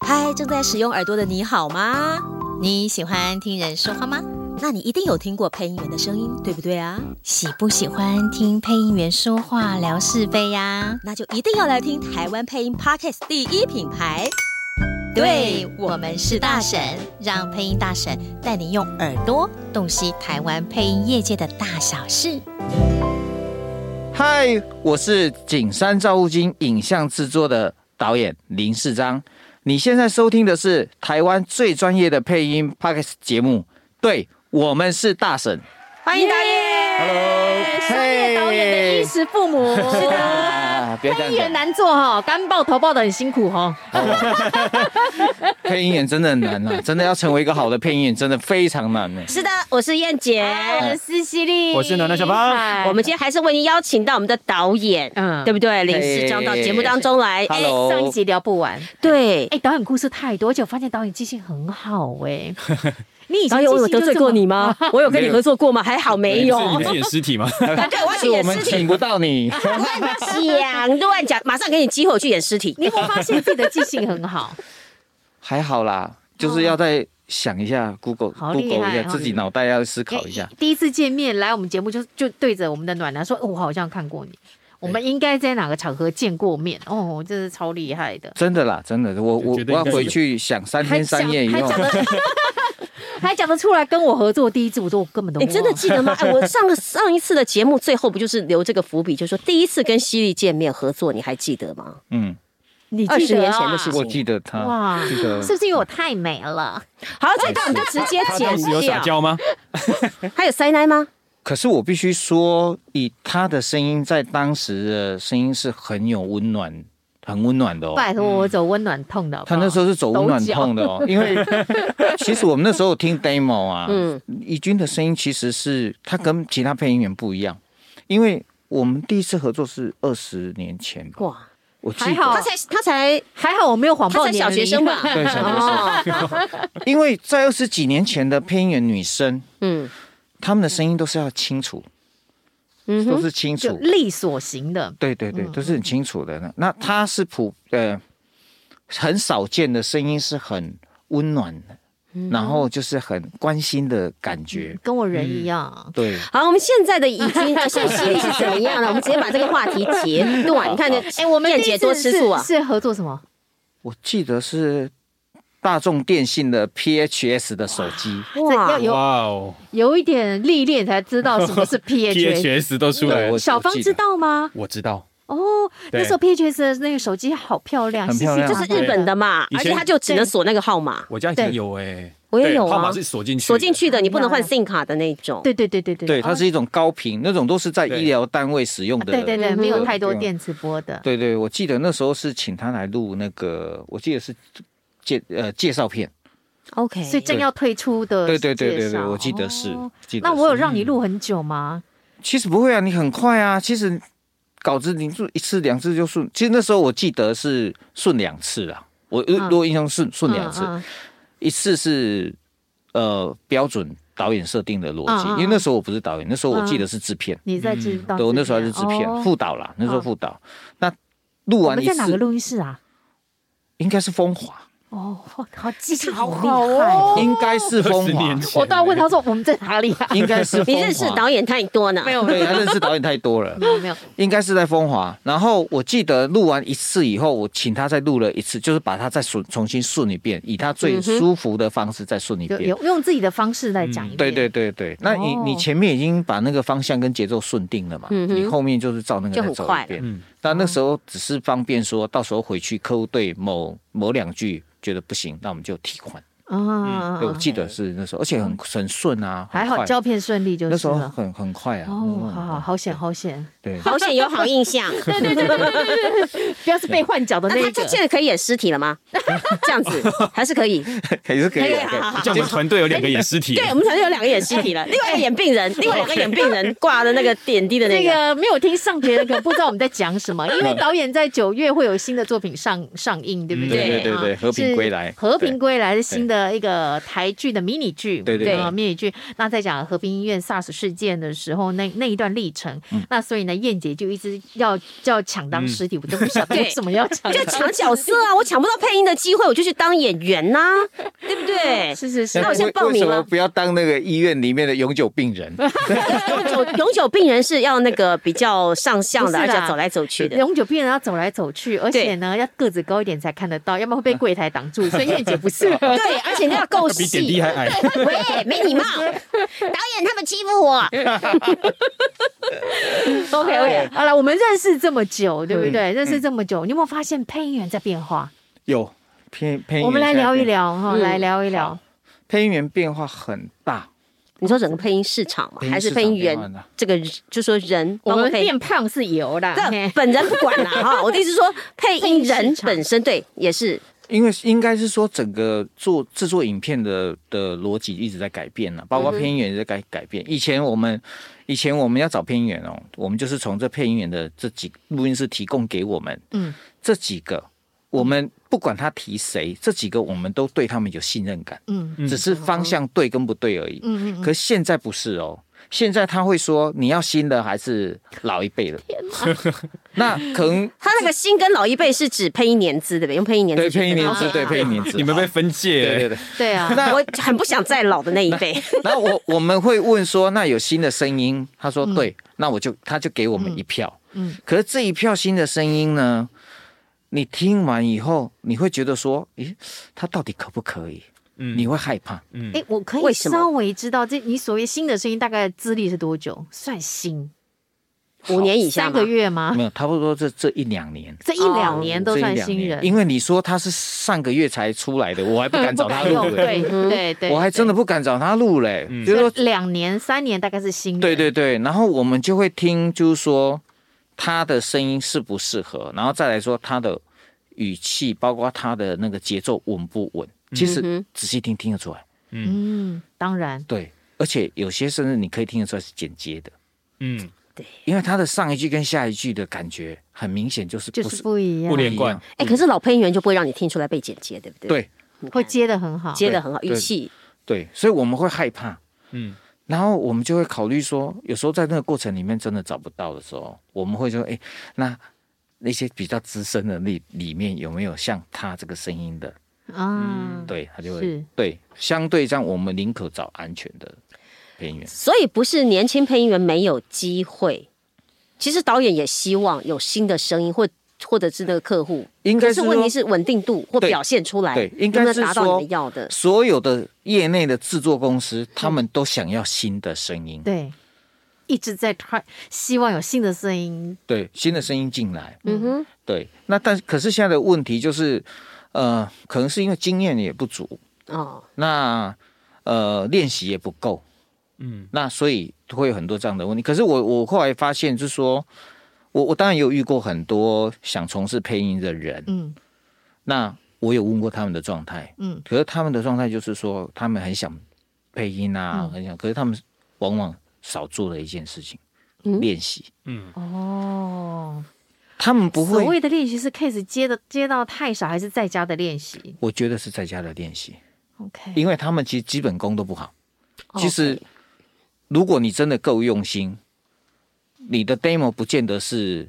嗨，正在使用耳朵的你好吗？你喜欢听人说话吗？那你一定有听过配音员的声音，对不对啊？喜不喜欢听配音员说话聊是非呀、那就一定要来听台湾配音 Podcast 第一品牌。对我们是大神，让配音大神带你用耳朵洞悉台湾配音业界的大小事。嗨，我是景山照物金影像制作的导演林世章。你现在收听的是台湾最专业的配音 p o d c a s 节目，对我们是大神，欢迎导演。商业导演的衣食父母，是啊别这样讲 配音员难做哈，干爆头爆的很辛苦哈。配音员真的很难 啊，真的要成为一个好的配音员，真的非常难啊呢、是的，我是燕姐，我是犀利，我是暖暖小芳嗨我们今天还是为您邀请到我们的导演，嗯对不对？林世章到节目当中来，哎 Hello 上一集聊不完。对，哎，导演故事太多，而且我发现导演记性很好 哎。你以前导演，我有记性得就罪这么过你？吗？我有跟你合作过吗？还好没有是。哦哎你们演尸 体吗？对，我要去是我演们尸体，请不到你，乱讲乱讲，马上给你机会我去演尸体。你有没有发现自己的记性很 好？还好啦，就是要再想一下，Google 哦好厉 Google 一害下，好自己厉害脑袋要思考一下。第一次见面来我们节目就就对着我们的暖男说：“哦，我好像看过你，我哎们应该在哪个场合见过面？”哦，真是超厉害的。真的啦，真的，我我就觉得我要应该是回去想三天三夜以后， 还讲得出来跟我合作第一次，我都我根本都你真的忘了记得吗？哎，我上个上一次的节目最后不就是留这个伏笔，就说第一次跟犀利见面合作，你还记得吗？嗯，你20记得年啊前的事情我记得他，哇，啊记得是不是因为我太美了？好，这段我们就直接他剪当时有撒掉。娇吗？还有塞奶吗？可是我必须说，以他的声音，在当时的声音是很有温暖，很温暖的哦。拜托我走温暖痛的好不他好那时候是走温暖痛的哦，因 为其实我们那时候听 demo 啊，嗯怡君的声音其实是他跟其他配音员不一样，因为我们第一次合作是二十年前吧，哇，我记还得，好他才他才还好我没有谎他报才年龄小学生吧？对小学生哦，因为在二十几年前的配音员女生，嗯他们的声音都是要清楚，嗯都哼，是清 就楚，嗯力所行的，对对对，都是很清楚的。那那他是普呃很少见的声音，是很温暖的，嗯然后就是很关心的感觉。跟我嗯人一样。对，好，我们现在的已 经呃现在犀利是怎么样了？我们直接把这个话题截断。你看这，哎，我第燕一姐次多吃是醋啊！是合作什么？我记得是大众电信的 PHS 的手机，这要哇，有哇哦有一点历练才知道什 么是 PHS。 ，PHS 都出来对，我了，小芳我记得知道吗？我知道。哦，对那时候 PHS 的那个手机好漂亮，很漂亮啊这是日本的嘛，对而且它就只能锁那个号码，我家以前对有哎，我也对有啊号码是锁进去，锁进。去的，你不能换一样 SIM 卡的那种。对对对对对哦对，它是一种高频，那种都是在对医疗单位使用的。啊对对对，没有太多嗯电磁波的。对对，我记得那时候是请他来录那个，我记得是介呃介绍片。 ，OK，所以正要退出的对对对对介对，绍我记得是哦。记得那是嗯我有让你录很久吗？其实不会啊，你很快啊。其实稿子你就一次两次就顺。其实那时候我记得是顺两次啦，我如果印象顺顺两次，嗯嗯嗯一次是呃标准导演设定的逻辑，嗯嗯嗯嗯因为那时候我不是导演，那时候我记得是制片，你在知道？嗯对我那时候还是制片、哦副导啦，那时候副导。那录我完们一在哪个次录音室啊？应该是风华，哦，好记性好厉好害哦。应该是风20华年，前我都要问他说我们在哪里 啊？应该是风你华认识导演太多呢。有对，他认识导演太多 了。没有没有，应该是在风华。然后我记得录完一次以后，我请他再录了一次，就是把它再顺重新顺一遍，以他最舒服的方式再顺一嗯有遍。有用自己的方式来讲一遍。嗯对对对对，那你、哦你前面已经把那个方向跟节奏顺定了嘛？嗯哼你后面就是照那个就再很走快一遍了嗯。但那时候只是方便说，到时候回去客户对某某两句觉得不行，那我们就替换。啊嗯对，我记得是那时候，而且很很顺啊，很还好快胶片顺利就那时是候了。很很快啊。哦，嗯好好好险好险，对，好险有好印 象。对对对， 不要是被换角的那那一他个这。现在可以演尸体了 吗？这样子还是可以。也是可以可以啊。可以好好像我们团队有两个演尸体，哎对我们团队有两个演尸体 了，另外一个演病人，另外两个演病 人挂的那个点滴的那那个。个没有听上节的，可能不知道我们在讲什么，因为导演在九月会有新的作品上上映，对不嗯对对对对对啊和平归来是和平归来是新的一个台剧的迷你剧，对对对啊迷你剧。那在讲和平医院 SARS 事件的时候，那那一段历程，那所以呢，燕姐就一直要要抢当尸体，我都不晓得 对为什么要抢就当尸体，抢角色啊，我抢不到配音的机会，我就去当演员呐、对不对？是是是，那我先为报为名什么了。不要当那个医院里面的永久病人？永久 永久病人是要那个比较上相的，不是而且啦要走来走去的。永久病人要走来走去，而且呢，要个子高一点才看得到，要不然会被柜台挡住。所以燕姐不适合。对，而且那要够比点滴细。还矮。喂，没礼貌！导演他们欺负我。 OK OK，好了，我们认识这么嗯久，对不对？认识这么久，你有没有发现配音员在变化？有配配音员我们来现在聊一变，聊哈，嗯来聊一聊好。配音员变化很大。你说整个配音市场嘛，配音还是市配音场变员换了这个人就说人，我包括们配变胖是有啦，这嘿本人不管啦哈。我的意思是说，配音配人音市场本身对也是因为应该是说整个做制作影片的的逻辑一直在改变啊嗯了，包括配音员也在改改变。以前我们以前我们要找配音员哦，我们就是从这配音员的这几录音室提供给我们，嗯，这几个我们不管他提谁，这几个我们都对他们有信任感，嗯只是方向对跟不对而已。嗯嗯，可现在不是哦，现在他会说你要新的还是老一辈的？那可能他那个新跟老一辈是指配音年资对不对？用配音年资对去配音年资，啊对配音年 资，你们被好分界对对了，对。对啊，那我很不想再老的那一辈。 然后我我们会问说，那有新的声音？他说对，那我就他就给我们一票。嗯嗯，可是这一票新的声音呢，你听完以后，你会觉得说，咦，他到底可不可以？嗯你会害怕。嗯，哎，我可以为什么稍微知道这你所谓新的声音大概资历是多久？算新 五年以啊下三嘛个，月吗？没有，差不多这这一两年。这一两年都这一算两新年人，因为你说他是上个月才出来的，我还不敢找他录用嘞， 对对对，我还真的不敢找他录嘞。嗯就是说对两年三年大概是新人，对对对，然后我们就会听，就是说他的声音适不适合，然后再来说他的语气，包括他的那个节奏稳不嗯稳。其实仔细听听得出来，嗯，当然，对，而且有些甚至你可以听得出来是剪接的，嗯，因为他的上一句跟下一句的感觉很明显就是就不是是不一样，不连贯不一样，哎，可是老配音员就不会让你听出来被剪接，对不对？对你看，会接的很好，接的很好，对语气对，所以我们会害怕，嗯，然后我们就会考虑说，有时候在那个过程里面真的找不到的时候，我们会说，哎，那那些比较资深的里里面有没有像他这个声音的？啊，对，他就会是对，相对这样，我们宁可找安全的配音员。所以不是年轻配音员没有机会，其实导演也希望有新的声音，或或者是那个客户，应该可是是说问题是稳定度或对表现出来，对应该是能不能达到说你们要的。所有的业内的制作公司，他们都想要新的声音，对，一直在 try，希望有新的声音，对，新的声音进来，嗯哼，对。那但可是现在的问题就是，呃，可能是因为经验也不足，哦，那呃练习也不够，嗯，那所以会有很多这样的问题。可是我我后来发现，就是说我我当然也有遇过很多想从事配音的人，嗯那我有问过他们的状态，嗯，可是他们的状态就是说，他们很想配音啊，嗯很想，可是他们往往少做了一件事情，嗯练习。哦，他们不所会，谓的练习是 case 接的接到太少，还是在家的练习我觉得是在家的练习， ？OK，因为他们其实基本功都不好。其实 OK，如果你真的够用心，你的 demo 不见得是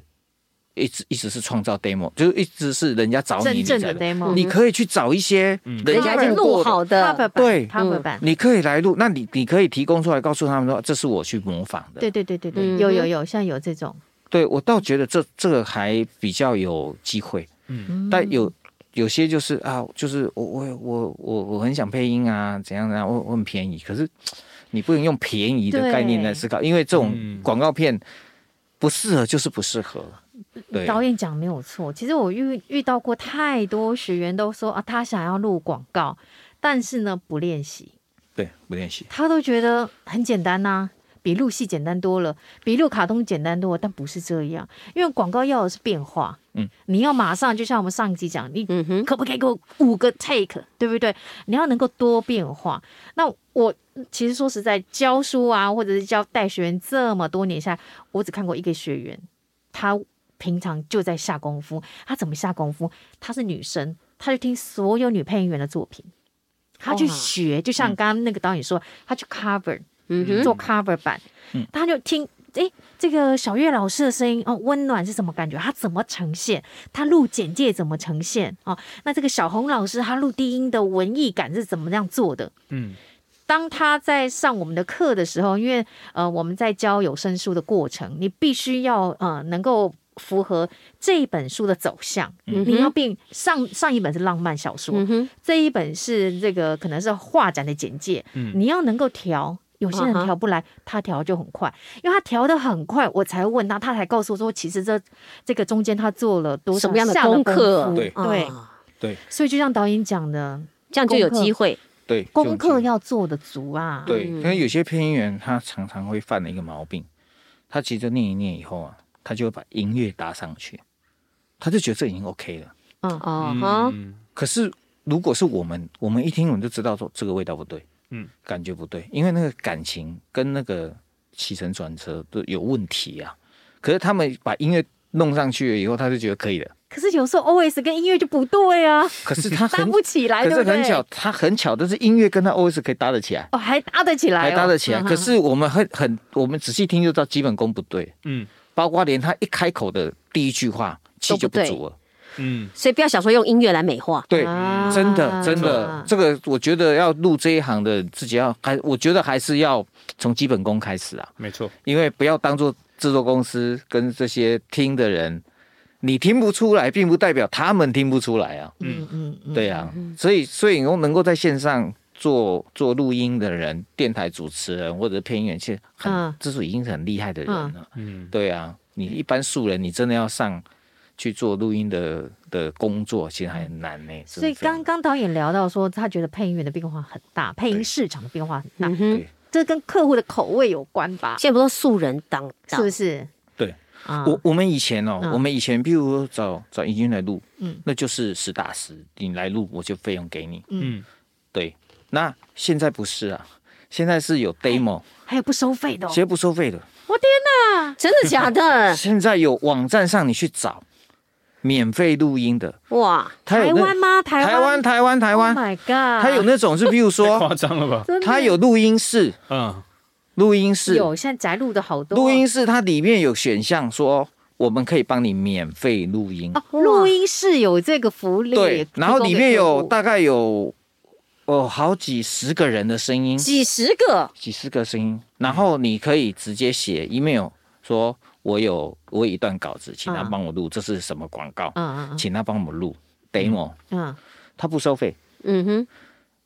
一直一直是创造 demo，就是一直是人家找你，真你正才的来。 demo，你可以去找一些人人家家已经用过录的好的， Cover 版对，Cover 版。你可以来录，那你你可以提供出来，告诉他们说这是我去模仿的。对对对对对，嗯有有有，像有这种，对，我倒觉得这这个还比较有机会，嗯但有有些就是啊，就是我我我我我很想配音啊，怎样怎样，我我很便宜，可是你不能用便宜的概念来思考，因为这种嗯广告片不适合就是不适合，对，导演讲没有错。其实我遇遇到过太多学员都说啊，他想要录广告，但是呢不练习，对不练习，他都觉得很简单呐、比录戏简单多了，比录卡通简单多了，但不是这样，因为广告要的是变化。嗯，你要马上，就像我们上一集讲，你嗯哼，可不可以给我五个 take，对不对？你要能够多变化。那我其实说实在，教书啊，或者是教带学员这么多年下来，我只看过一个学员，她平常就在下功夫。她怎么下功夫？她是女生，她就听所有女配音员的作品。他去学，就像刚刚那个导演说，他去 cover 嗯哼，嗯做 cover 版，他就听。诶，这个小月老师的声音哦，温暖是什么感觉？他怎么呈现？他录简介怎么呈现？哦，那这个小红老师他录低音的文艺感是怎么样做的？嗯，当他在上我们的课的时候，因为呃我们在教有声书的过程，你必须要呃能够符合这一本书的走向，你要并上上一本是浪漫小说，嗯哼，这一本是这个可能是画展的简介，你要能够调。有些人啊哈调不来，他调就很快，因为他调的很快，我才问他，他才告诉我说，其实这这个中间他做了多少什么样的下了功课夫对对，啊对所以就像导演讲的，这样就有机会。对，功这种课情要做的足啊。对，因为有些配音员他常常会犯的一个毛病，他其实念一念以后啊，他就会把音乐搭上去，他就觉得这已经 OK 了。哦嗯哈，嗯可是如果是我们，我们一听我们就知道说这个味道不对，嗯，感觉不对，因为那个感情跟那个起承转折都有问题啊。可是他们把音乐弄上去了以后，他就觉得可以了。可是有时候 OS 跟音乐就不对啊，可是他 搭很，不起来，可对是不对？很巧，他很巧，但是音乐跟他 always 可以搭得起来，哦，还搭得起来、哦，还搭得起来。嗯可是我们很很，我们仔细听就知道基本功不对。嗯包括连他一开口的第一句话气就不足了。嗯，所以不要想说用音乐来美化。对，啊真的真的啊，这个我觉得要入这一行的自己要还，我觉得还是要从基本功开始啊，没错，因为不要当做制作公司跟这些听的人，你听不出来，并不代表他们听不出来啊。嗯嗯嗯，对啊，所以所以能能够在线上做做录音的人，电台主持人或者配音员，其实很、嗯这是已经是很厉害的人了。嗯，对啊，你一般素人，你真的要上去做录音的的工作，其实还很难呢、真的所以非常刚刚导演聊到说，他觉得配音员的变化很大，配音市场的变化很大，嗯哼，对这跟客户的口味有关吧？现在不都素人当是道不？是？对啊，我我们以前哦，嗯我们以前，譬如说找找英军来录，嗯那就是实打实，你来录我就费用给你，嗯，对。那现在不是啊，现在是有哎 demo，还有不收费的、哦直，接不收费的。真的假嗯 的？现在有网站上你去找免费录音的，哇，它有台那湾吗？台台湾湾，台湾台湾， Oh my god！它有那种是，譬如 太夸说，张了吧？真的它有录音室，嗯，录音室有，现在宅录的好多录音室它里面有选项说，哦我们可以帮你免费录音，哦，录音室有这个福利，对，然后里面有大大概有哦好几十个人的声音，几十个几十个声音，然后你可以直接写 email 说，我有我有一段稿子，请他嗯帮我录，这是什么广告，嗯嗯请他帮我录 demo，嗯他不收费，嗯哼，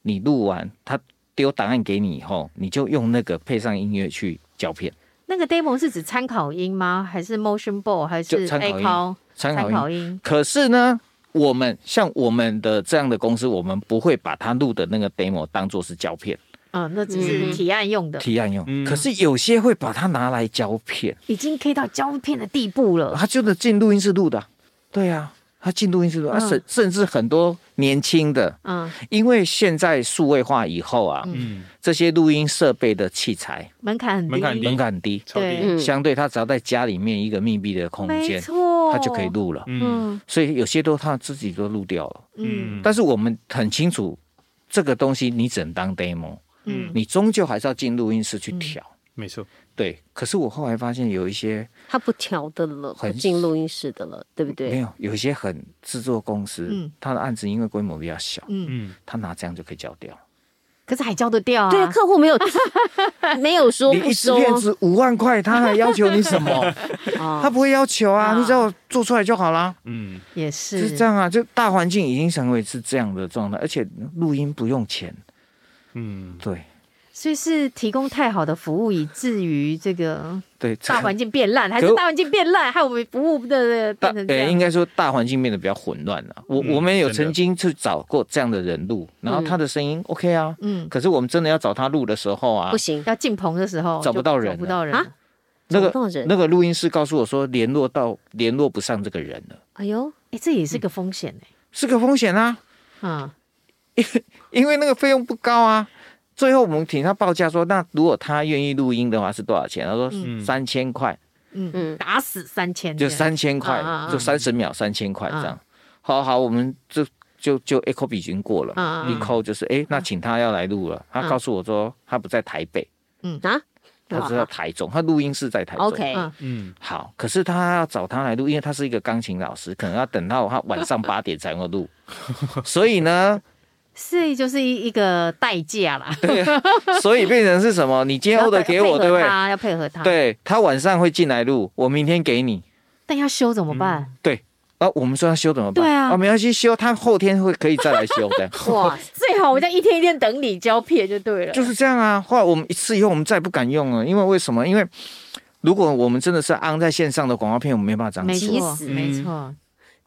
你录完他丢档案给你以后，你就用那个配上音乐去胶片。那个 demo 是指参考音吗？还是 motion board？还就是参考 A 音考参考音音？可是呢，我们像我们的这样的公司，我们不会把他录的那个 demo 当做是胶片嗯，那只嗯是提案用的，提案用。嗯可是有些会把它拿来胶片，已经可以到胶片的地步了。他就是进录音室录的啊。对啊，他进录音室录，啊、甚甚至很多年轻的，嗯，因为现在数位化以后啊，嗯这些录音设备的器材门槛很低，门槛低门槛很低，超低，对，嗯相对他只要在家里面一个密闭的空没间，错，他就可以。录了。嗯嗯所以有些都他自己都录掉了。嗯嗯，但是我们很清楚，这个东西你只能当 demo，嗯，你终究还是要进录音室去调。没错，对，可是我后来发现有一些他不调的了，不很进录音室的了，对不没对？有，有一些很制作公司，嗯他的案子因为规模比较小，嗯，他拿这样就可以交掉。可是还交得掉啊。对，客户没有 没有说你不一支收哦片子五万块，他还要求你什 么？啊他不会要求啊，啊你只要做出来就好啦。嗯，也就是是这，样啊，就大环境已经成为是这样的状态，而且嗯录音不用钱。嗯，对所以是提供太好的服务，以至于这个对，大环境变烂，还是可大环境变烂，害我们服务的大变成这呃，应样。该说大环境变得比较混乱了、我、嗯我们有真的曾经去找过这样的人录，然后他的声音 OK 啊，嗯，可是我们真的要找他录的时候啊不，行，要进棚的时候找不就到人找不到人啊了那找不到个人那个录音师告诉我说联络到联络不上这个人了，哎呦，哎，这也是个风险哎。是个风险啊，嗯，因为那个费用不高啊。最后我们请他报价说，那如果他愿意录音的话是多少钱？他说嗯三千块，嗯，打死三千就三千块啊啊啊，就三十秒三千块这啊样。好好，我们就就就 A c o 已经过了啊一扣就是哎、那请他要来录了。他告诉我说他不在台北，啊，他是在台中，他录音是在台中。 OK，嗯嗯，好，可是他要找他来录，因为他是一个钢琴老师，可能要等到他晚上八点才能够 录。所以呢，所以就是一一个代价啦。所以变成是什么？你今 天 order 给我，对不对？他要配合他，，对他晚上会进来录，我明天给你。但要修怎么办？啊，我们说要修怎么办？哦对啊没关系，修他后天会可以再来修 的，哇，最好我这样一天一天等你胶片就对了。就是这样啊。后来我们一次以后，我们再也不敢用了，因为为什么？因为如果我们真的是安在线上的广告片，我们没办法这样没子。错急，死嗯没错，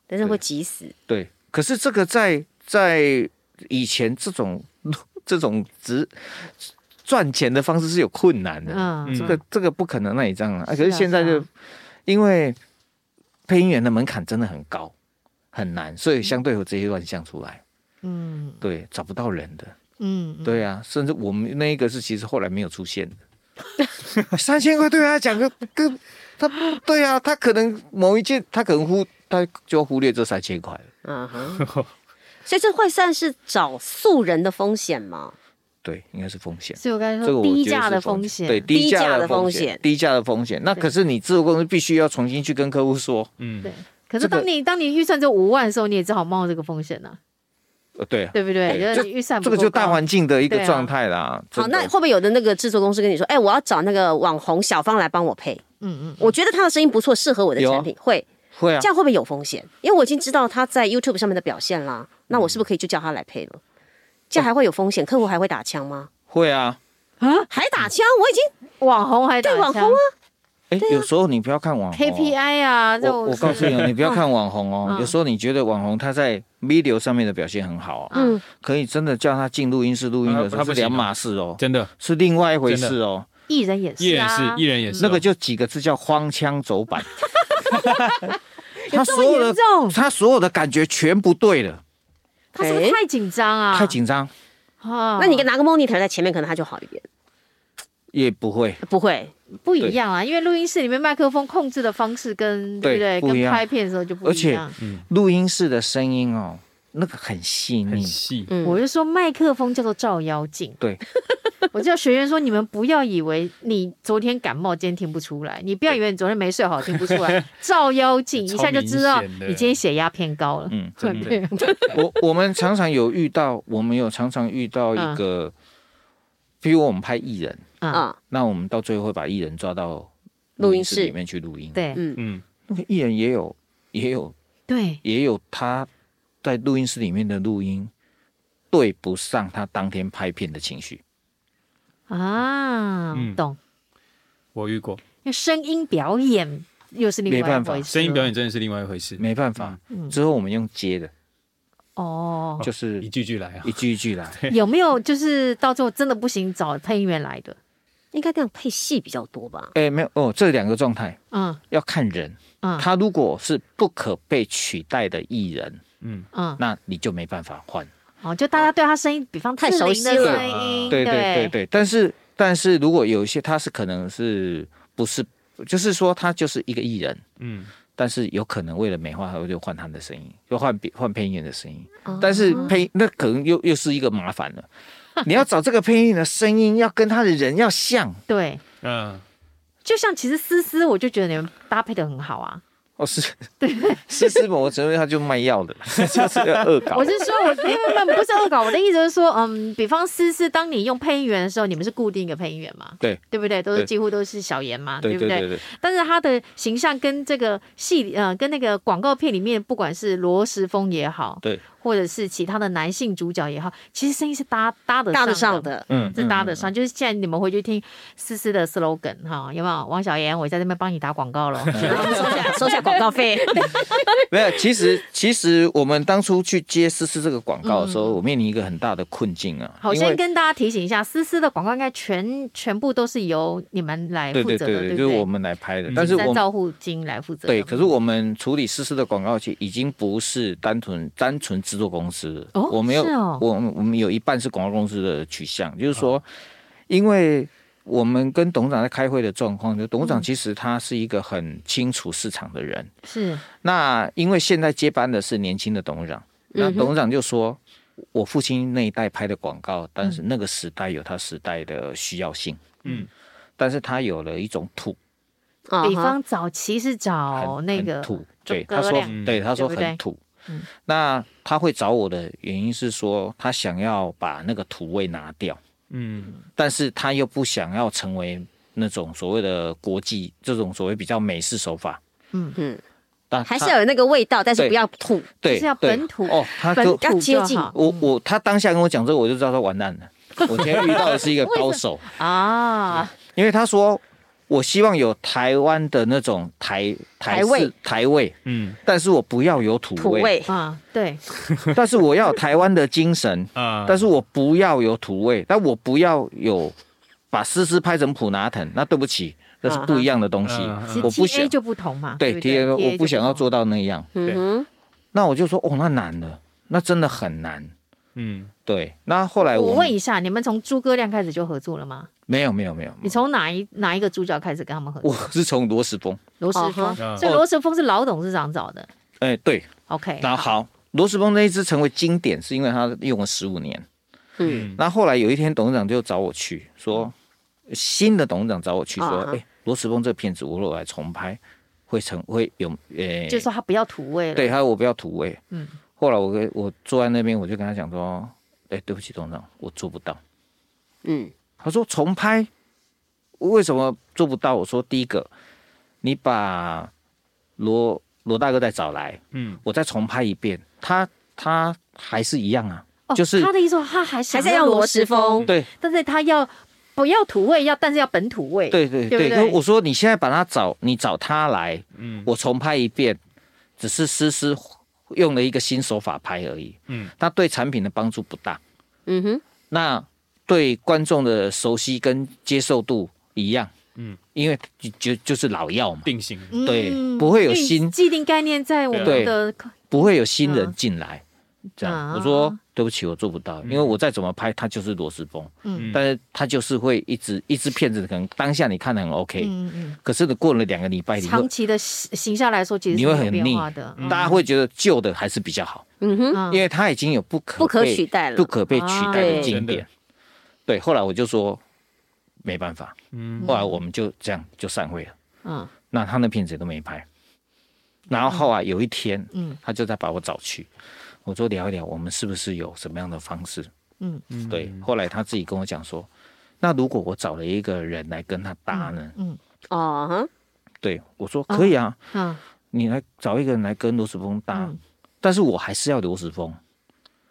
但是会急死。对，可是这个在在以前这种 这种值赚钱的方式是有困难的，嗯，这个这个不可能让你这样啊。啊可是是啊现在是啊就、因为配音员的门槛真的很高，很难，所以相对有这些乱象出来，嗯对，找不到人的。嗯，嗯，对啊，甚至我们那一个是其实后来没有出现的， 三千块对他讲个个，他对啊，他可能某一件他可能忽他就忽略这三千块了，嗯哼，所以这会算是找素人的风险吗？对，应该是风险。所以我刚才这个说我觉得低是价的风风险，啊对低低价价的的风风险险，低价的风险。那可是你制作公司必须要重新去跟客户说，嗯，对。可这是个当你当你预算只有五万的时候，你也只好冒这个风险呐，呃，对啊，对不对？对就是你预算不这个就够高大环境的一个对啊状态啦。好，真那的会不会有的那个制作公司跟你说，哎，我要找那个网红小芳来帮我配？嗯嗯，我觉得她的声音不错，适合我的有啊产品，会会啊这，样会不会有风险？因为我已经知道她在 YouTube 上面的表现啦，那我是不是可以就叫她来配了？这样还会有风险，客户还会打枪吗？会啊。还打枪？我已经网红还打对网枪红啊哎，有时候你不要看网红哦 KPI 啊，这我种我告诉你哦，你不要看网红哦，嗯有时候你觉得网红他在 video 上面的表现很好哦，嗯，可以真的叫他进录音室录音的时候啊他是不行哦两码事哦，真的，是另外一回事哦。艺人也艺是人啊，是艺人也是哦，那个就几个字叫荒腔走板，他这所么有严的哦重，他所有的感觉全不对了，他是不是哎太紧张啊？太紧张啊那你拿个 monitor 在前面，可能她就好一点。也不会。不会，不一样啊，因为录音室里面麦克风控制的方式跟对对不对，不一跟样拍片的时候就不而一且样。嗯录音室的声音哦，那个很细很腻，细，嗯我就说麦克风叫做照妖镜。 对，我叫学员说，你们不要以为你昨天感冒，今天听不出来；你不要以为你昨天没睡好，听不出来。照妖镜一下就知道超明显的你今天血压偏高了。嗯，真的对，我我们常常有遇到，我们有常常遇到一个，嗯比如我们拍艺人，啊，啊，那我们到最后会把艺人抓到录音室里面去录音。，对嗯，嗯，那个艺人也有也有对，也有他在录音室里面的录音对不上他当天拍片的情绪。啊嗯，懂。我遇过，因为声音表演又是另没外一办法回事。声音表演真的是另外一回事，没办法，嗯之后我们用接的，哦，就是一句句来啊一，句一句来。有没有就是到最后真的不行找配音员来的？应该这样配戏比较多吧？哎，没有哦，这两个状态嗯要看人。嗯他如果是不可被取代的艺人，嗯，嗯，那你就没办法换。哦，就大家对他声音，比方太志熟玲悉的了声音对对对嗯对，对，但是但是如果有一些他是可能是不是，就是说他就是一个艺人，嗯，但是有可能为了美化，他就换他的声音，就换别换配音员的声音。哦但是配那可能又又是一个麻烦了。你要找这个配音员的声音，要跟他的人要像对嗯，就像其实思思，我就觉得你们搭配的很好啊。哦，是对，是是某个程度他就卖药的， 就是个恶搞我。是说我， 因为我们不是恶搞，我的意思是说，嗯，比方思思，当你用配音员的时候，你们是固定一个配音员嘛，对对不对？都对是几乎都是小严嘛，对不对对对，但是他的形象跟这个戏里，呃，跟那个广告片里面，不管是罗时丰也好，对，或者是其他的男性主角也好，其实声音是搭搭得搭得上上的，嗯是搭得上。就是现在你们回去听思思的 slogan 哈，有没有？王小妍，我在这边帮你打广 告了。啊收下收下广告费。没有，其实 其实我们当初去接思思这个广告的时候，我面临一个很大的困境啊。嗯好，因为先跟大家提醒一下，思思的广告应该全全部都是由你们来对负对责的，对对，不就是我们来拍的，嗯但是我三们照护金来负责的。嗯对，可是我们处理思思的广告期已经不是单纯单纯制作公司了，哦我们有是哦我们我们有一半是广告公司的取向，就是说，因为我们跟董事长在开会的状况，就董事长嗯其实他是一个很清楚市场的人，是那因为现在接班的是年轻的董事长， 那嗯嗯董事长就说，我父亲那一代拍的广告，但嗯是那个时代有他时代的需要性，嗯，但是他有了一种土，啊比哈方早期是找很哦那很个土，诸对葛他说亮，对他说对不对很土嗯。那他会找我的原因是说，他想要把那个土味拿掉，嗯，但是他又不想要成为那种所谓的国际这种所谓比较美式手法，嗯嗯，但还他是要有那个味道，但是对不要吐。对就是要对本土哦，他本就要土接就近好我我他当下跟我讲这个，我就知道他完蛋了。我今天遇到的是一个高手，嗯啊， 因为他说我希望有台湾的那种台台味式台味，嗯但是我不要有土土味，味啊，对，嗯但是我要有台湾的精 神，啊，但是我不要有土味，但我不要有把思思拍成普拿藤，那对不起，那是不一样的东西，嗯其实我不 T A 想就不同嘛，对不 T A，就我不想要同做到那样。对嗯那我就说哦，那难了，那真的很难。嗯对，那后来我我问们一下，你们从诸葛亮开始就合作了吗？没有没有没有，你从哪一哪一个主角开始跟他们合作？我是从罗时峰，罗时哦丰，嗯哈所以罗时丰是老董事长找的。哎、对， OK，那好，罗时峰那一支成为经典，是因为他用了十五年。嗯那后来有一天，董事长就找我去说，新的董事长找我去说，啊哎、罗时峰这片子我如果来重拍，会成会有，呃、就是说他不要土味了。对，，他说我不要土味。嗯后来我跟我坐在那边，我就跟他讲说，哎、对不起，董事长，我做不到。嗯他说重拍为什么做不到？我说第一个，你把罗罗大哥再找来，嗯我再重拍一遍，他他还是一样啊，哦就是他的意思说，他还想还是要罗时丰，对但是他要不要土味，要但是要本土味。对对对对。不对那我说你现在把他找你找他来，嗯我重拍一遍，只是思思用了一个新手法拍而已，嗯，他对产品的帮助不大，嗯哼，那对观众的熟悉跟接受度一样，嗯，因为就就就是老药嘛，定型，嗯对不会有新既定概念在我们对的不会有新人嗯进来。这样，啊我说对不起，我做不到，因为我再怎么拍，它就是螺丝风，嗯但是它就是会一直一支片子，可能当下你看的很 OK，、嗯嗯可是你过了两个礼拜，嗯哎你长会期的形形象来说，其实是你没会有很腻变化的。嗯大家会觉得旧的还是比较好，嗯哼，嗯因为它已经有不可嗯不可被取代了不可被取代啊的经典对。对，后来我就说没办法，嗯后来我们就这样就散会了。嗯那他那片子也都没拍，然后后来有一天，嗯他就在把我找去，我说聊一聊，我们是不是有什么样的方式？嗯嗯对，后来他自己跟我讲说，那如果我找了一个人来跟他搭呢？嗯哦哈，对我说可以啊，嗯你来找一个人来跟罗时峰搭，嗯但是我还是要罗时峰，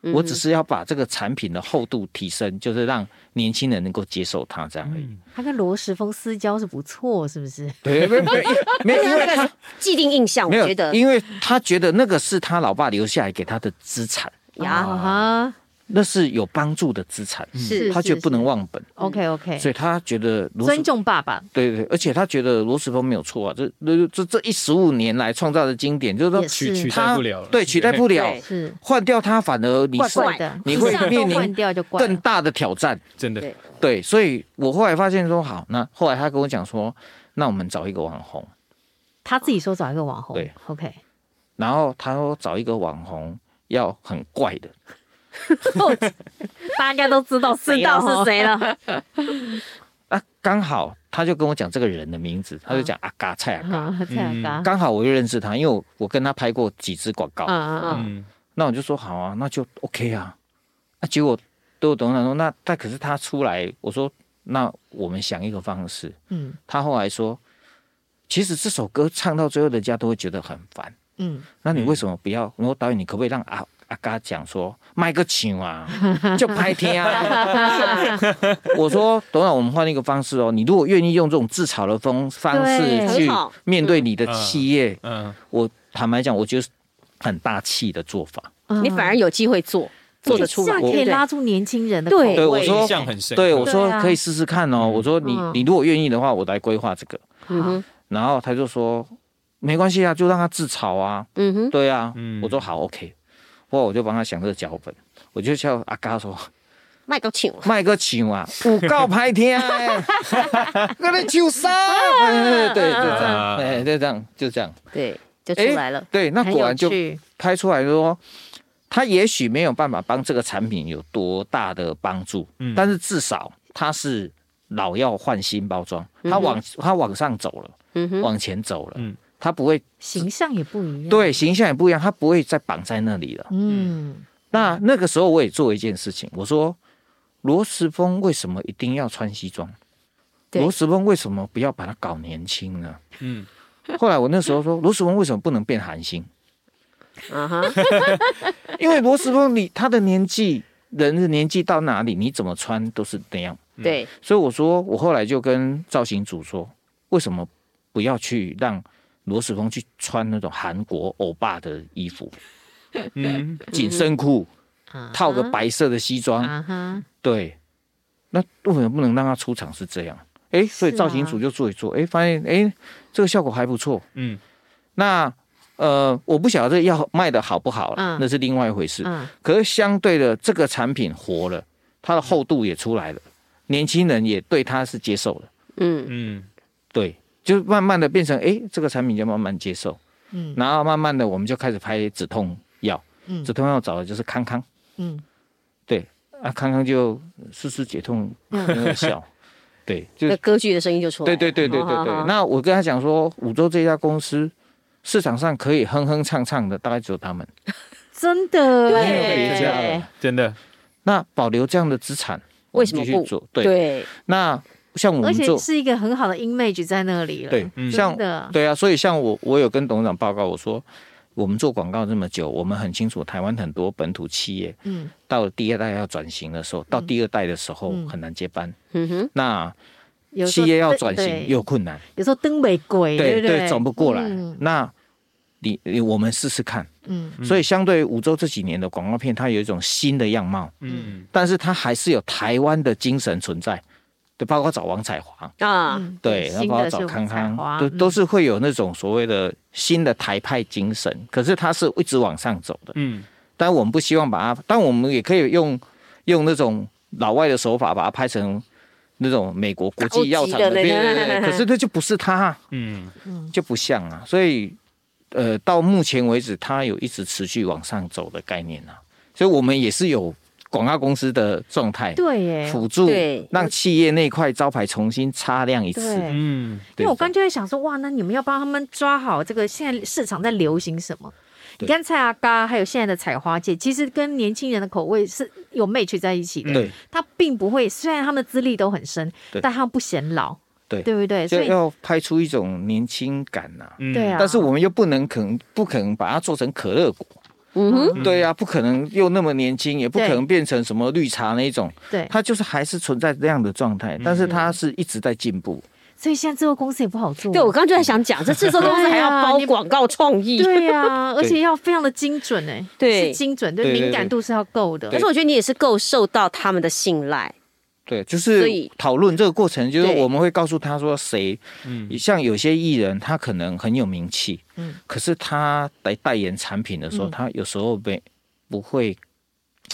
嗯我只是要把这个产品的厚度提升，就是让年轻人能够接受它这样而已。他跟罗时丰私交是不错，是不是？嗯对，没有没有没有，因为 他既定印象，我没觉得有，因为他觉得那个是他老爸留下来给他的资产，呀，嗯啊，那是有帮助的资产，是他觉得不能忘本， OK OK，所以他觉得罗时尊重爸爸对对，对而且他觉得罗时峰没有错啊，这这这这一十五年来创造的经典，就是也是说取取代他不了，对取代不了对，是换掉他反而你怪是怪的， 你会一下都面临换掉就怪更了。大的挑战。真的对对，所以我后来发现说好，那后来他跟我讲说，那我们找一个网红，他自己说找一个网红，对，OK，然后他说找一个网红要很怪的，大家都知道知谁了道哈是谁了，啊，刚好他就跟我讲这个人的名字，他就讲阿嘎蔡阿嘎，啊，蔡雅刚，刚好我就认识他，因为我我跟他拍过几支广告，嗯嗯嗯那我就说好啊，那就 OK 啊。啊，结果对我董事长说，那但可是他出来，我说那我们想一个方式。嗯他后来说，其实这首歌唱到最后，人家都会觉得很烦。嗯那你为什么不要？我说导演，你可不可以让阿阿嘎讲说卖个球啊，就拍天 啊？我说董事长，我们换一个方式哦。你如果愿意用这种自嘲的方方对式很去好面对你的嗯企业，嗯我坦白讲，我觉得是很大气的做法。嗯，你反而有机会做，啊做得出这来样，可以拉住年轻人的口对味，对，我说印象很深刻，对，我说对啊可以试试看哦。我说你嗯你如果愿意的话，我来规划这个。嗯哼，然后他就说没关系啊，就让他自嘲啊。嗯哼，对啊，嗯我说好 OK。后来我就帮他想这个脚本，我就叫阿嘎说麦都请了，卖个球啊，五告拍天， 我来球杀。哎对，就这样，啊哎，就这样，就这样，对，就出哎来了，对，那很果有然就趣，拍出来说，他也许没有办法帮这个产品有多大的帮助，嗯但是至少它是老药换新包装，它往它往上走了，嗯哼，往前走了嗯，它不会形象也不一样。，对形象也不一样，它不会再绑在那里了。嗯，那那个时候我也做一件事情，我说罗时峰为什么一定要穿西装？对罗时峰为什么不要把它搞年轻呢？嗯，后来我那时候说，罗时峰为什么不能变韩星？啊哈，因为罗时峰你他的年纪，人的年纪到哪里，你怎么穿都是那样。对，所以我说，我后来就跟造型组说，为什么不要去让罗时峰去穿那种韩国欧巴的衣服，嗯，紧身裤，啊套个哈白色的西装，啊哈，对，那为什么不能让他出场是这样？哎，所以是啊造型组就做一做，哎，发现哎这个效果还不错。嗯，那呃，我不晓得这药卖的好不好了，嗯那是另外一回事。嗯，可是相对的，这个产品活了，它的厚度也出来了，年轻人也对它是接受的，嗯，嗯，对，就慢慢的变成哎，诶这个产品就慢慢接受，嗯然后慢慢的我们就开始拍止痛药，嗯止痛药找的就是康康，嗯，对，啊，康康就丝丝解痛嗯那个效，对，就那歌剧的声音就出对来了，啊对对对对嗯好对好好。那我跟他讲说，五洲这家公司市场上可以哼哼唱唱的，大概只有他们，真的没有耶别家了。真的，那保留这样的资产，我为们什么继续不做？对，对，那像我而们且做，是一个很好的 image 在那里了。对，嗯像真的对啊，所以像我，我有跟董事长报告，我说我们做广告这么久，我们很清楚台湾很多本土企业嗯到了第二代要转型的时候，到第二代的时候嗯很难接班，嗯哼，那有时企候业要对转型对又困难，有时候登北鬼，对不对，转不过来嗯。那你你我们试试看。嗯所以相对于五洲这几年的广告片，它有一种新的样貌，嗯，但是它还是有台湾的精神存在。对，包括找王彩华，啊，嗯对，然后新包括的找是康彩康，华都都嗯是会有那种所谓的新的台派精神，可是它是一直往上走的。嗯，但我们不希望把它，但我们也可以用用那种老外的手法把它拍成那种美国国际药厂的高级的片，那对对对可是那就不是它啊、嗯，就不像啊。所以，呃，到目前为止，它有一直持续往上走的概念啊。所以我们也是有广告公司的状态对耶。辅助对，让企业那块招牌重新擦亮一次。对，嗯，因为我刚对就在想说，哇，那你们要帮他们抓好这个现在市场在流行什么？你对看蔡阿嘎，还有现在的采花界，其实跟年轻人的口味是有 match 在一起的。对，他并不会，虽然他们的资历都很深，嗯对但他们不显老，对对不对？所就以要拍出一种年轻感呐、嗯对啊，但是我们又不能肯不可能把它做成可乐果，嗯哼，对呀、不可能又那么年轻，也不可能对变成什么绿茶那一种，对，它就是还是存在这样的状嗯态，但是它是一直在进步。所以现在制作公司也不好做。对我刚刚就在想讲，这制作公司 还要包广告创意，对呀、 而且要非常的精准哎、对是精准，对对对对敏感度是要够的。但是我觉得你也是够受到他们的信赖，对，就所是以讨论这个过程，就是对我们会告诉他说谁，嗯像有些艺人他可能很有名气，嗯可是他来代言产品的时候，嗯他有时候被不会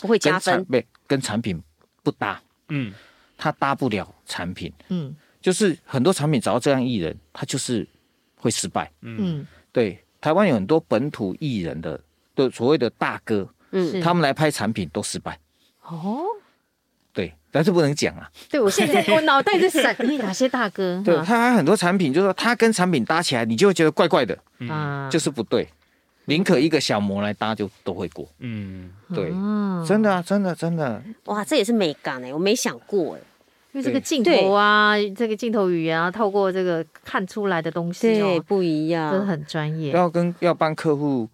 不会跟加产分，被跟产品不搭，嗯，他搭不了产品，嗯就是很多产品找到这样艺人，他就是会失败。嗯，对，台湾有很多本土艺人的的所谓的大哥，嗯，是他们来拍产品都失败，哦，对，但是不能讲啊。嗯对我现 在我脑袋在闪，哎，哪些大哥？啊对，哈它还有很多产品，就是说它跟产品搭起来，你就会觉得怪怪的，啊嗯就是不对。宁可一个小模来搭，就都会过。嗯，对，嗯真的啊，真的，真的，哇，这也是美感哎，我没想过哎，因为这个镜头啊，这个镜头语言啊，透过这个看出来的东西对，哦，不一真的样，很专业。要跟要帮客户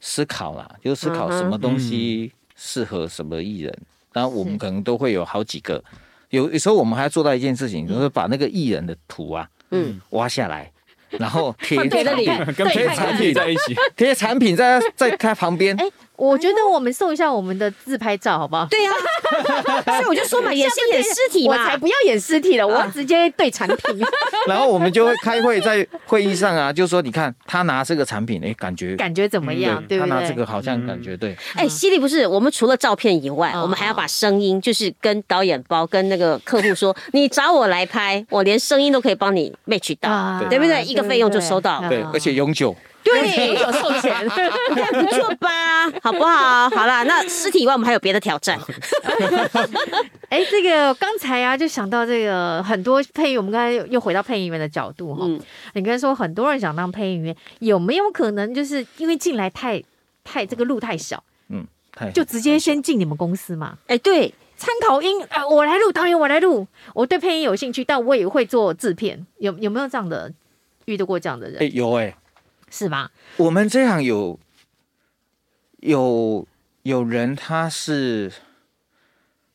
思考啦，就是思考什么东西嗯适合什么艺人。当然，我们嗯是可能都会有好几个。有有时候我们还要做到一件事嗯情，就是把那个艺人的图啊嗯，挖下来，然后贴对那产里品，跟别的产品在一起， 贴产品在在他旁边。哎我觉得我们送一下我们的自拍照，好不好？对 呀，所以我就说嘛，也是演尸体我嘛啊才，不要演尸体了，我要直接对产 品，然后我们就会开会，在会议上啊，就说你看他拿这个产品，哎，感觉感觉怎么样？对他不拿这个对？好像感觉对，哎，犀利不是，我们除了照片以外，嗯我们还要把声音，就是跟导演包跟那个客户说，你找我来拍，我连声音都可以帮你 match 到，啊对不对？一个费用就收到，对，啊而且永久，对，有授权， 哎不错 吧？好不好？好啦，那尸体以外，我们还有别的挑战。哎，这个刚才啊，就想到这个很多配音，我们刚才又又回到配音员的角度哈、嗯你刚才说很多人想当配音员，有没有可能就是因为进来太太这个路太小，嗯，太就直接先进你们公司嘛？哎，对，参考音啊、我来录，导演我来录，我对配音有兴趣，但我也会做制片，有有没有这样的遇到过这样的人、哎、有哎、是吧？我们这行有有有人他是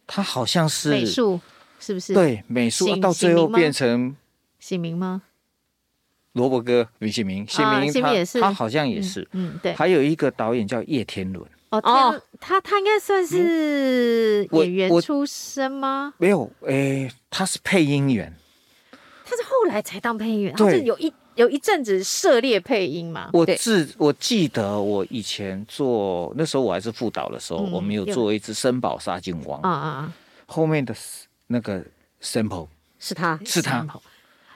他好像是美术是不是？，对美术姓到最姓后名吗变成姓名吗？萝卜哥吕启明，姓啊名姓他、名也是他好像也是，嗯，对。还有一个导演叫叶天伦，哦，哦天他他应该算是嗯我演员我出身吗？没有哎、他是配音员，他是后来才当配音员，他对是有一有一阵子涉猎配音嘛。我对自我记得我以前做那时候我还是副导的时候，嗯我们有有做一只森宝杀菌王，啊啊啊！后面的那个 sample 是他。是他，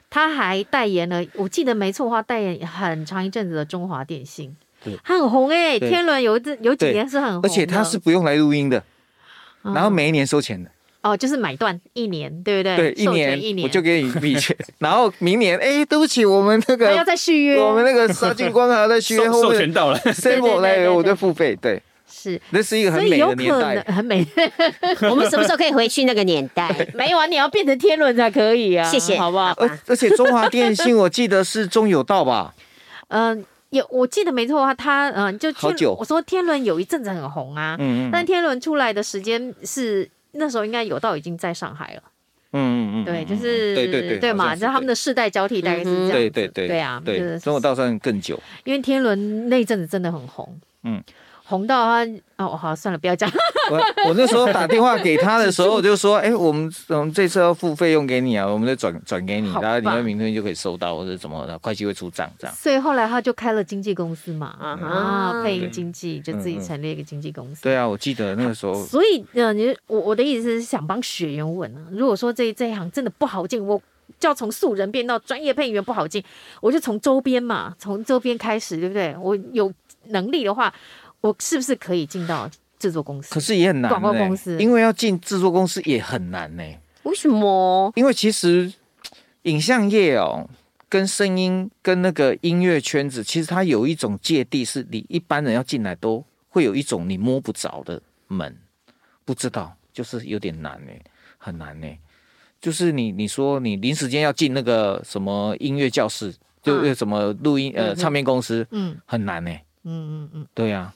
他还代言了，我记得没错的话，代言很长一阵子的中华电信对，他很红哎、对天伦有一阵有几对年是很红的，而且他是不用来录音的，嗯，然后每一年收钱的，哦，就是买断一年，对不对？对，一嗯授权年一年，我就给你米钱，然后明年哎，对不起，我们那他要个再续约，我们那个杀菌光还要再续约授后授权面到了， sample 对对来对我再付费，对，是，那是一个所很以美有的可年能代，很美， 我们什么时候可以回去那个年代？没有啊，你要变成天伦才可以啊，谢谢，好不好？而而且中华电信我记得是中友道 吧，嗯、有我记得没错的话，他嗯、就好天久我说天伦有一阵子很红啊，嗯但天伦出来的时间是那时候应该有到已经在上海了，嗯嗯嗯，对，就嗯是对对对，好嘛，像就他们的世代交替大概是这样嗯子，哼对对对对啊，就是对，中国道算更久，因为天伦那一阵子真的很红，嗯，红到他哦，好算了，不要讲，我我那时候打电话给他的时候，我就说：“哎、我们我们这次要付费用给你啊，我们再转转给你，好然后你吧们明天就可以收到，或者怎么的，会计会出账这样。所以后来他就开了经纪公司嘛，啊，啊哈，配音经纪就自己嗯嗯嗯成立一个经纪公”司，对啊，我记得那个时候，所以，呃，你我我的意思是想帮学员问啊，如果说这这一行真的不好进，我就要从素人变到专业配音员不好进，我就从周边嘛，从周边开始，对不对？我有能力的话，我是不是可以进到制作公司？可是也很难、广告公呢司因为要进制作公司也很难呢、为什么？因为其实影像业哦，跟声音跟那个音乐圈子，其实它有一种芥蒂，是你一般人要进来都会有一种你摸不着的门，不知道，就是有点难呢、很难呢、欸就是你你说你临时间要进那个什么音乐教室，就是什么录音、呃唱片公司，嗯很难呢、嗯嗯嗯对呀、啊，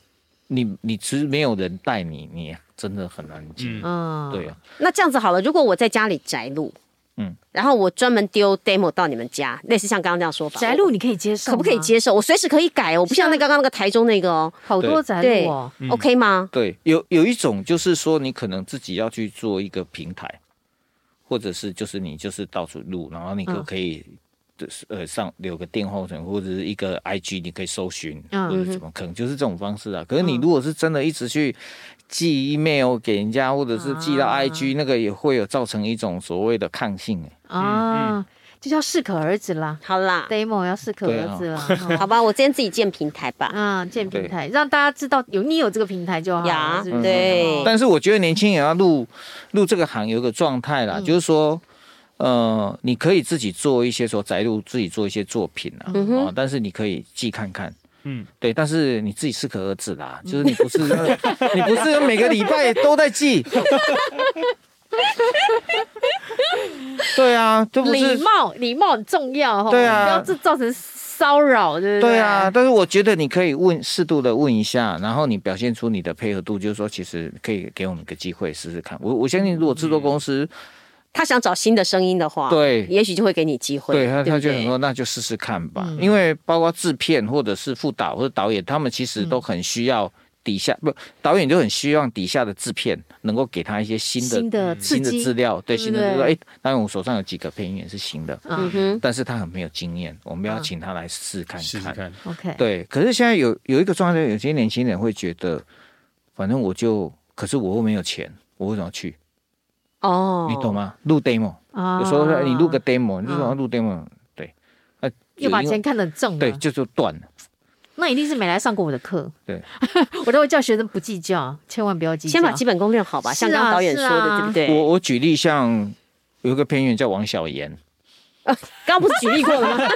你你其实没有人带你，你真的很难进。嗯嗯，对呀、啊那这样子好了，如果我在家里宅录，嗯嗯，然后我专门丢 demo 到你们家，类似像刚刚这样说法，宅录你啊可以接受，可不可以？接受？我随时可以改哦，我不像那刚刚那个台中那个哦好多宅对录哦，嗯 o k 吗？对，有有一种就是说，你可能自己要去做一个平台，或者是就是你就是到处录，然后你可嗯可以就是呃上留个电话或者是一个 IG，你可以搜寻嗯或者怎么，可能就是这种方式啊。可是你如果是真的一直去寄 email 给人家，或者是寄到啊 IG，那个也会有造成一种所谓的抗性、欸。啊，就是要适可而止啦好啦， ，demo 要适可对而啊止啦， 好吧，我今天自己建平台吧。嗯，建平对台让大家知道有你有这个平台就好呀了，是不是嗯哦对但是我觉得年轻人要入入这个行有一个状态啦，就是说，呃，你可以自己做一些说宅录，自己做一些作品啊，嗯哼哦，但是你可以寄看看。嗯，对，但是你自己适可而止啦，就是你不是你不是每个礼拜都在寄， 对啊，这不礼是貌，礼貌很重要哈。对啊不要制造成骚扰，对不对？对啊，，但是我觉得你可以问适度的问一下，然后你表现出你的配合度，就是说其实可以给我们一个机会试试看。我我相信，如果制作公司、他想找新的声音的话，对也许就会给你机会。对他，他不就对想说那就试试看吧，因为包括制片或者是副导或者导演，他们其实都很需要底下、不导演就很希望底下的制片能够给他一些新的嗯新的刺新的激资料，对对新不的资料。对哎，当然我手上有几个配音员是新的，嗯嗯哼，但是他很没有经验，我们要嗯请他来试看试试看。看， ，OK，对，可是现在有有一个状态，有些年轻人会觉得，反正我就，可是我又没有钱，我为什么要去？哦，你懂？吗？录 demo，啊有时候哎你录个 demo，你就说嗯啊录 demo，对，啊，又把有因为钱看得很重，对，，就就断了。那一定是没来上过我的课。对，我都会叫学生不计较，千万不要计较。先把基本功练好吧，是啊像刚刚导演说是的，啊对不对？我我举例，像有一个片员叫王小妍，刚刚不是举例过 了吗？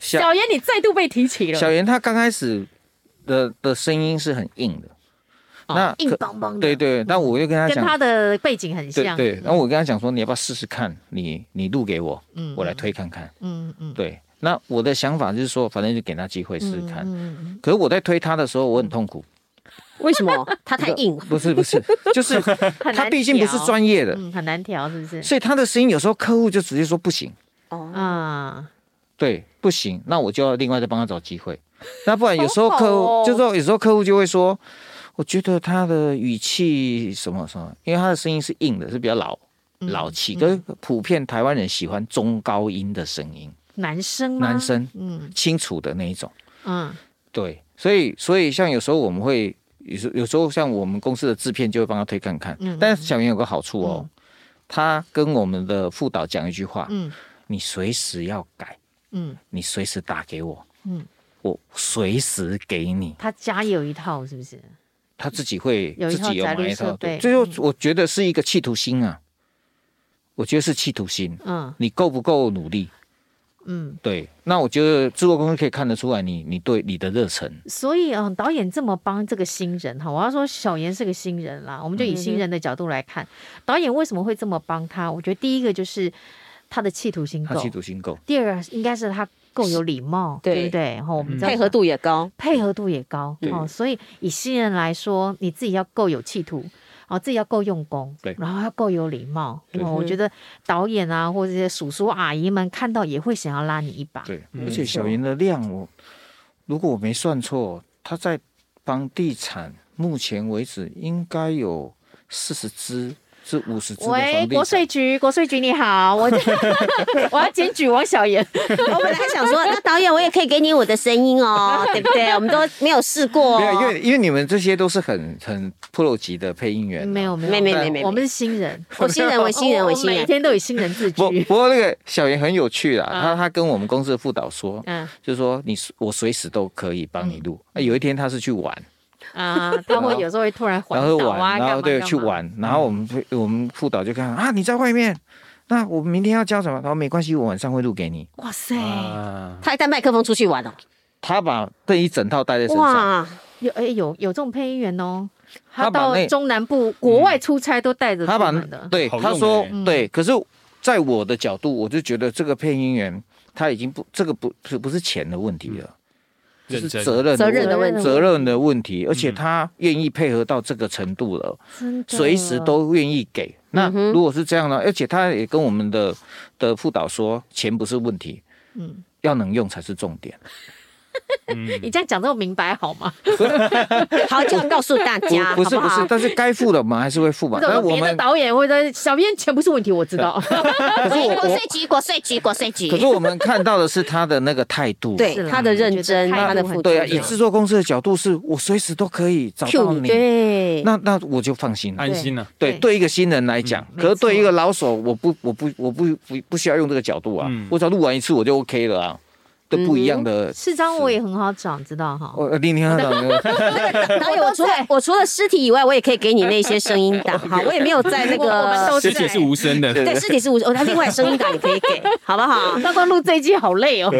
小小严，你再度被提起了，小妍她刚开始的的声音是很硬的，那哦硬可邦邦的，嗯对对，但我就跟她跟讲，他的背景很对像。对，然后我跟她讲说，你要不要试试看？你你录给我，嗯我来推看看。嗯嗯，对，那我的想法就是说，反正就给她机会试试看。嗯，可是我在推她的时候，我很痛苦。为什么？他太 硬，不是不是，就是很难她毕竟不是调专业的，嗯，很难调，是不是？所以她的声音有时候客户就直接说不行。啊，对，不行，那我就要另外再帮他找机 会。那不然有时候客户、好好哦就说，有时候客户就会说，我觉得他的语气什么什么，因为他的声音是硬的，是比较老、嗯老气，可是普遍台湾人喜欢中高音的声音，男生吗男，生嗯清楚的那一种。嗯，对，所以所以像有时候我们会，有时有时候像我们公司的制片就会帮他推看看。嗯但是小圆有个好处哦，他跟我们的副导讲一句话，嗯你随时要改。嗯，你随时打给我，嗯嗯，我随时给你。他家也有一套，是不是？他自己会有一自套己有载入买一设套，备对，最后我觉得是一个企图心啊，我觉得是企图心，嗯你够不够努力？嗯，对，那我觉得制作公司可以看得出来你你对你的热忱，所以嗯，导演这么帮这个新人哈，我要说小严是个新人啦，我们就嗯以新人的角度来看，导演为什么会这么帮他？我觉得第一个就是他的企图心他够企，图心够。第二个应该是他够有礼貌，对对不对？哈，我们知道配合度也高。配合度也高嗯对哦，所以以新人来说，你自己要够有气度。哦，自己要够用功，对然后要够有礼貌。对嗯哦，我觉得导演啊，或者这些叔叔阿姨们看到也会想要拉你一把。对，嗯而且小云的量我，如果我没算错，他在房地产目前为止应该有四十只至五十只的喂，房国地税产。局，国税局你好， 我我要检举王小妍。我本来还想说， 那导演我也可以给你我的声音哦，对不对？我们都没有试过、没有，因哦。为因为你们这些都是很很 pro 级的配音员、啊没有没有没没没没我们是新 人，我新人，我新人，我新每人。天都以新人自不居。不过那个小严很有趣啦，啊他他跟我们公司的副导说，嗯就是说你我随时都可以帮你录。那有一天他是去玩，啊，他会有时候会突然然环后岛啊，玩，然干后嘛对干去嘛嗯玩，然后我们会我们副导就看啊你在外面，那我明天要教什么？他说没关系，我晚上会录给你。哇塞，啊，他还带麦克风出去玩哦，他把这一整套带在身上，哇！有哎、有有这种配音员哦，他他把到那嗯中南部国外出差都带着他把出门的，嗯对好他用说欸对，可是在我的角度，我就觉得这个配音员他已经不这个不是不是钱的问题了。就认是真嗯责任责任的问题责任的问题，而且他愿意配合到这个程度了，真啊的随时都愿意给。嗯那如果是这样呢？而且他也跟我们的的副导说，钱不是问题，嗯嗯，要能用才是重点。你这样讲这么明白好吗？好，就要告诉大家，不不是好不是好，？但是该付的我们还是会付 嘛。这那种我别的们导演或者小编钱不是问题，我知道，可 是我国我税局，国税局，国税局可。是我们看到的是他的那个态度，对是啦他的认真，我觉得态度他的很付重出，对啊。要以制作公司的角度，是我随时都可以找到 Q 你，你，对，那那我就放心了。安心了。对，对对一个新人来讲，没可是对错一个老手，我不，我不，我不不不需要用这个角度啊，嗯我只要录完一次我就 OK 了啊，都不一样的。哦呃市长我也很好找，你知道哈。 我零零二哦 档，导演，我除了我除了尸体以外，我也可以给你那些声音 档，好，我也没有在那我我们个都学姐是无声的，对尸体是无，哦，他另外声音档也可以给，好 不好？刚刚录这一季好累哦，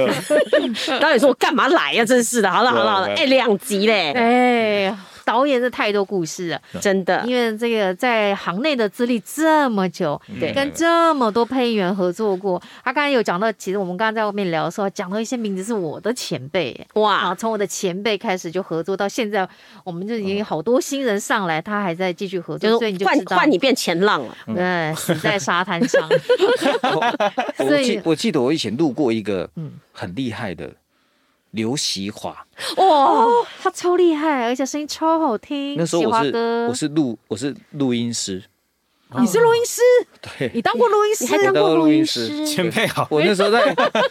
导演说我干嘛来呀、真是的，好了好了啊好了，哎，两集嘞，哎，导演是太多故事了，真的，因为这个在行内的资历这么久，嗯对跟这么多配音员合作过。他刚才有讲到，其实我们刚刚在外面聊的时候，讲到一些名字是我的前辈耶，啊，哇，从我的前辈开始就合作到现在，我们就已经好多新人上来，他还在继续合作，就所以是你就换知道换你变前浪了，对死在沙滩上，所我以记我记得我以前录过一个嗯很厉害的刘习华，哇，哦他超厉害，而且声音超好听。那时候喜我华是哥我，是录我是录音师，你是录音师，你对，当过录音师，你还我当当过录录音音师师，前辈好，我那时候在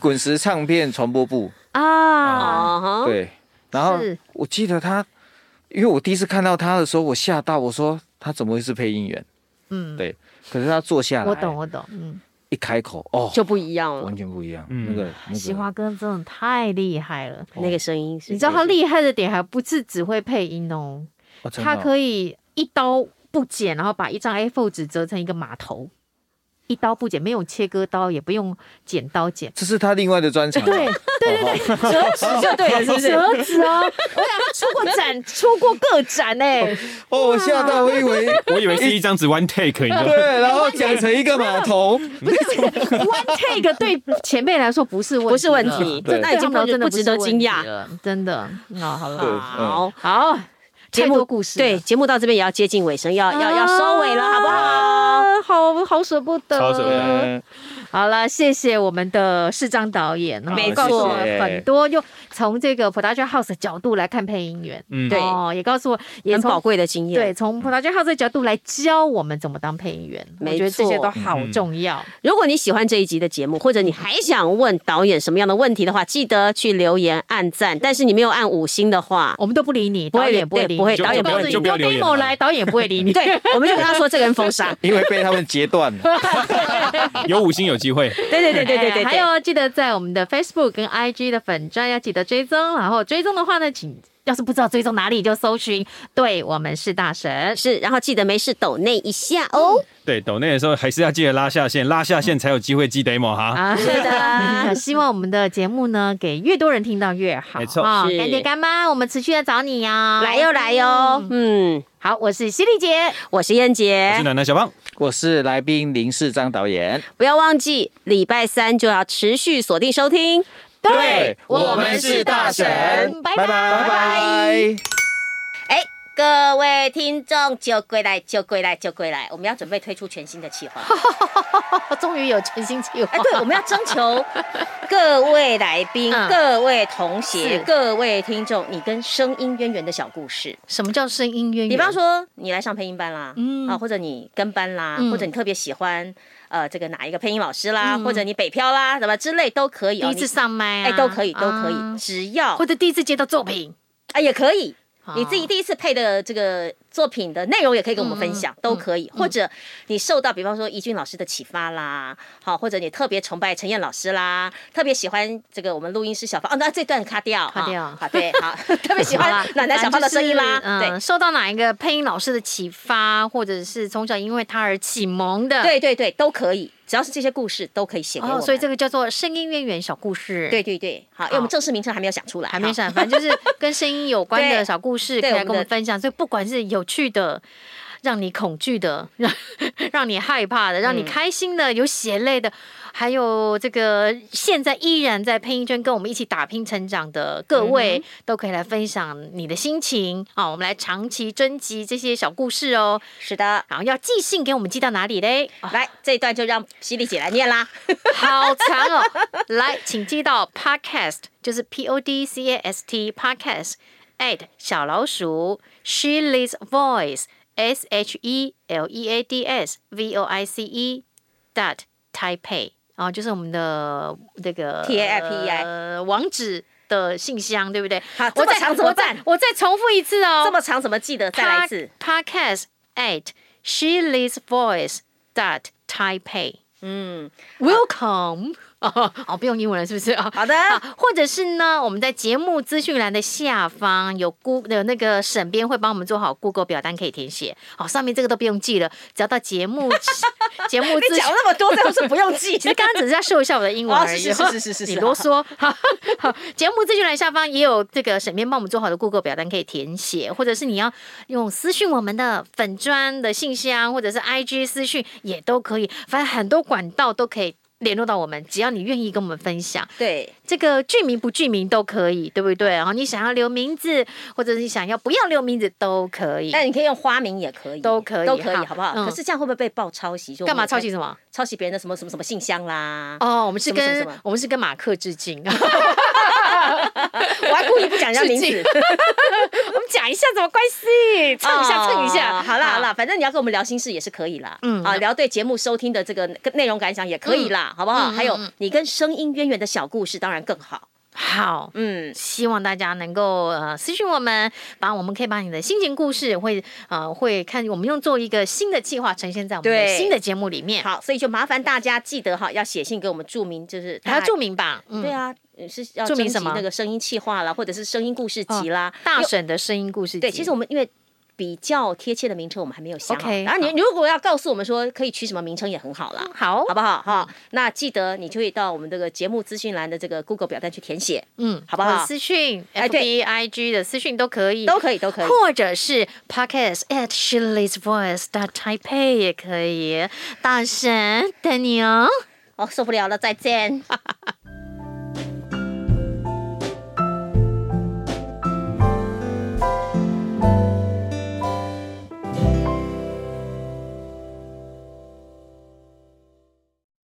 滚石唱片传播部，啊？啊哈，对，然后是我记得他，因为我第一次看到他的时候，我吓到，我说他怎么会是配音员？嗯，对，可是他坐下来，我懂，我懂，嗯，一开口哦，就不一样了完。全不一样。嗯那个那西个瓜哥真的太厉害了，那个声音是，你知道他厉害的点还不是只会配音哦，哦，真的他哦可以一刀不剪，然后把一张 A4 纸折成一个码头，一刀不剪，没有切割刀，也不用剪刀 剪。这是他另外的专长。啊哦对对对对，折纸就对了，是不是？折纸啊！我想他出过展，出过个展哎、哦，我吓到，我以 为我以为是一张纸 one take，你知道吗？对，然后讲成一个码头， One take 对前辈来说不是问题了，不是问题对那已经对他们不真的不值得是问题惊讶啊了，真的。哦，好了，好，好，太多故事了嗯对，节目到这边也要接近尾声，要要要收尾了，好不好？啊？好好舍不得，超舍不得嗯好了，谢谢我们的视障导演，哦哈没错告诉我谢谢很多，又从这个 Production House 的角度来看配音员，嗯对哦，也告诉我，也很从宝贵的经验。对，从 Production House 的角度来教我们怎么当配音员，我没觉得这些错都好嗯重要。如果你喜欢这一集的节目，或者你还想问导演什么样的问题的话，记得去留言按赞。但是你没有按五星的话，我们都不理你，不会导演不会对理你，不会就导演不告会诉你就不要留言，demo 了来，导演不会理你。对，我们就跟他说这个人封杀。因为被他们截断了。有五星有机会。对 对对对对对哎还有记得在我们的 Facebook 跟 IG 的粉专要记得追踪，然后追踪的话呢，请要是不知道追踪哪里就搜寻，对我们是大 神。是，然后记得没事抖内一下哦。对，抖内的时候还是要记得拉下线，拉下线才有机会寄 demo 哈。啊，是的，希望我们的节目呢，给越多人听到越好。没错啊是干爹干妈，我们持续的找你哦，来哟来哟，嗯，好，我是犀利姐，我是燕我是姐，暖男小胖，我是来宾林世章导演，不要忘记礼拜三就要持续锁定收听。对我们是大神拜拜拜。拜拜。哎，各位听众就归来就归来就归来，我们要准备推出全新的 企划。哦终于有全新计划哎，，对，我们要征 求各位来宾、嗯各位同是、学各位听众，你跟声音渊源的小故事。什么叫声音渊源？比方，说，你来上配音班啦，嗯啊，或者你跟班啦，嗯或者你特别喜欢呃这个哪一个配音老师啦，或者你北漂啦，什么之类都可以。第哦一次你上麦、啊，哎，都可以，都可啊以，只要或者第一次接到作品，哎也可以。你自己哦第一次配的这个作品的内容也可以跟我们分享，都可以。或者你受到比方说怡君老师的启发啦，好，或者你特别崇拜陈燕老师啦，特别喜欢这个我们录音师小芳，哦，那这段卡掉，卡掉啊好，对， 好，啊特别喜好啦欢奶奶小芳的声音啦，反正就是嗯，受到哪一个配音老师的启发，或者是从小因为他而启蒙的，，对，对对对，都可以，只要是这些故事都嗯可以写给我哦，们。所以这个叫做声音渊源小故事，对对对，好，因为我们正式名称哦还没有想出来，还没好闪，反正就是跟声音有关的对小故事，可对以来我们跟我们的分享。所以不管是有趣的，让你恐惧的， 让让你害怕的，嗯让你开心的，有血泪的，还有这个现在依然在配音圈跟我们一起打拼成长的嗯各位，都可以来分享你的心情啊！我们来长期征集这些小故事哦。是的。然后要寄信给我们寄到哪里嘞？啊来，这一段就让犀利姐来念啦。好长哦！来，请寄到 podcast，就是 p o d c a s t podcast at 小老鼠 she leads voice s h e l e a d s v o i c e dot taipei 啊，就是我们的这个 TAIPEI 呃网址的信箱，对不对？E 好这我么再长怎么我再办我再重复一次哦，这么长怎么记得？再来一次。 Pa- podcast at she leads voice dot taipei。嗯， Welcome 哦，哦，不用英文了，是不是啊？好的，啊，或者是呢，我们在节目资讯栏的下方有 g 有那个沈编会帮我们做好 Google 表单可以填写。哦，上面这个都不用记了，只要到节目 节目资你讯讲。那么 多，最后是不用记。其实刚刚只是在秀一下我的英文而已，哦 是是是是是是你啰嗦。 好，好节目资讯栏下方也有这个沈编帮我们做好的 Google 表单可以填写，或者是你要用私讯我们的粉砖的信箱，或者是 IG 私讯也都可以，反正很多管道都可以。联络到我们，只要你愿意跟我们分享，对，这个剧名不剧名都可以，对不对？然后你想要留名字，或者是你想要不要留名字都可以。但你可以用花名也可以，都可以都可以，好好不好？嗯可是这样会不会被爆抄袭？就我们干嘛有抄袭？什么？抄袭别人的什么什么什么信箱啦？哦，我们是什么什么跟什么我们是跟马克致敬。 我还故意不讲人家名致敬字， 我们讲一下怎么关系，蹭一下蹭一下。哦好啦好啦，反正你要跟我们聊心事也是可以啦。嗯啊，聊对节目收听的这个内容感想也可以啦，好不好？嗯嗯还有你跟声音渊源的小故事，当然更好。好。嗯，希望大家能够呃私信我们，把我们可以把你的心情故事会呃会看，我们用做一个新的计划呈现在我们的对新的节目里面，好，所以就麻烦大家记得哈，要写信给我们注明，就是还要大注明吧，嗯对，啊，呃是要注明征什集么那个声音气化啦，或者是声音故事哦集啦，大因为婶的声音故事集，对，其实我们因为比较贴切的名称我们还没有想好。 OK，然后你好嗯你如果要告诉我们说可以取什么名称也很好啦，好好，不好哈？那记得你就可以到我们这个节目资讯栏的这个 Google 表单去填写，嗯，好不好或者私讯哎对 FB、IG 的私讯都可以，都可以，都可以。或者是 podcast at Shirley's Voice dot Taipei 也可以。大神等你哦。哦，受不了了，再见。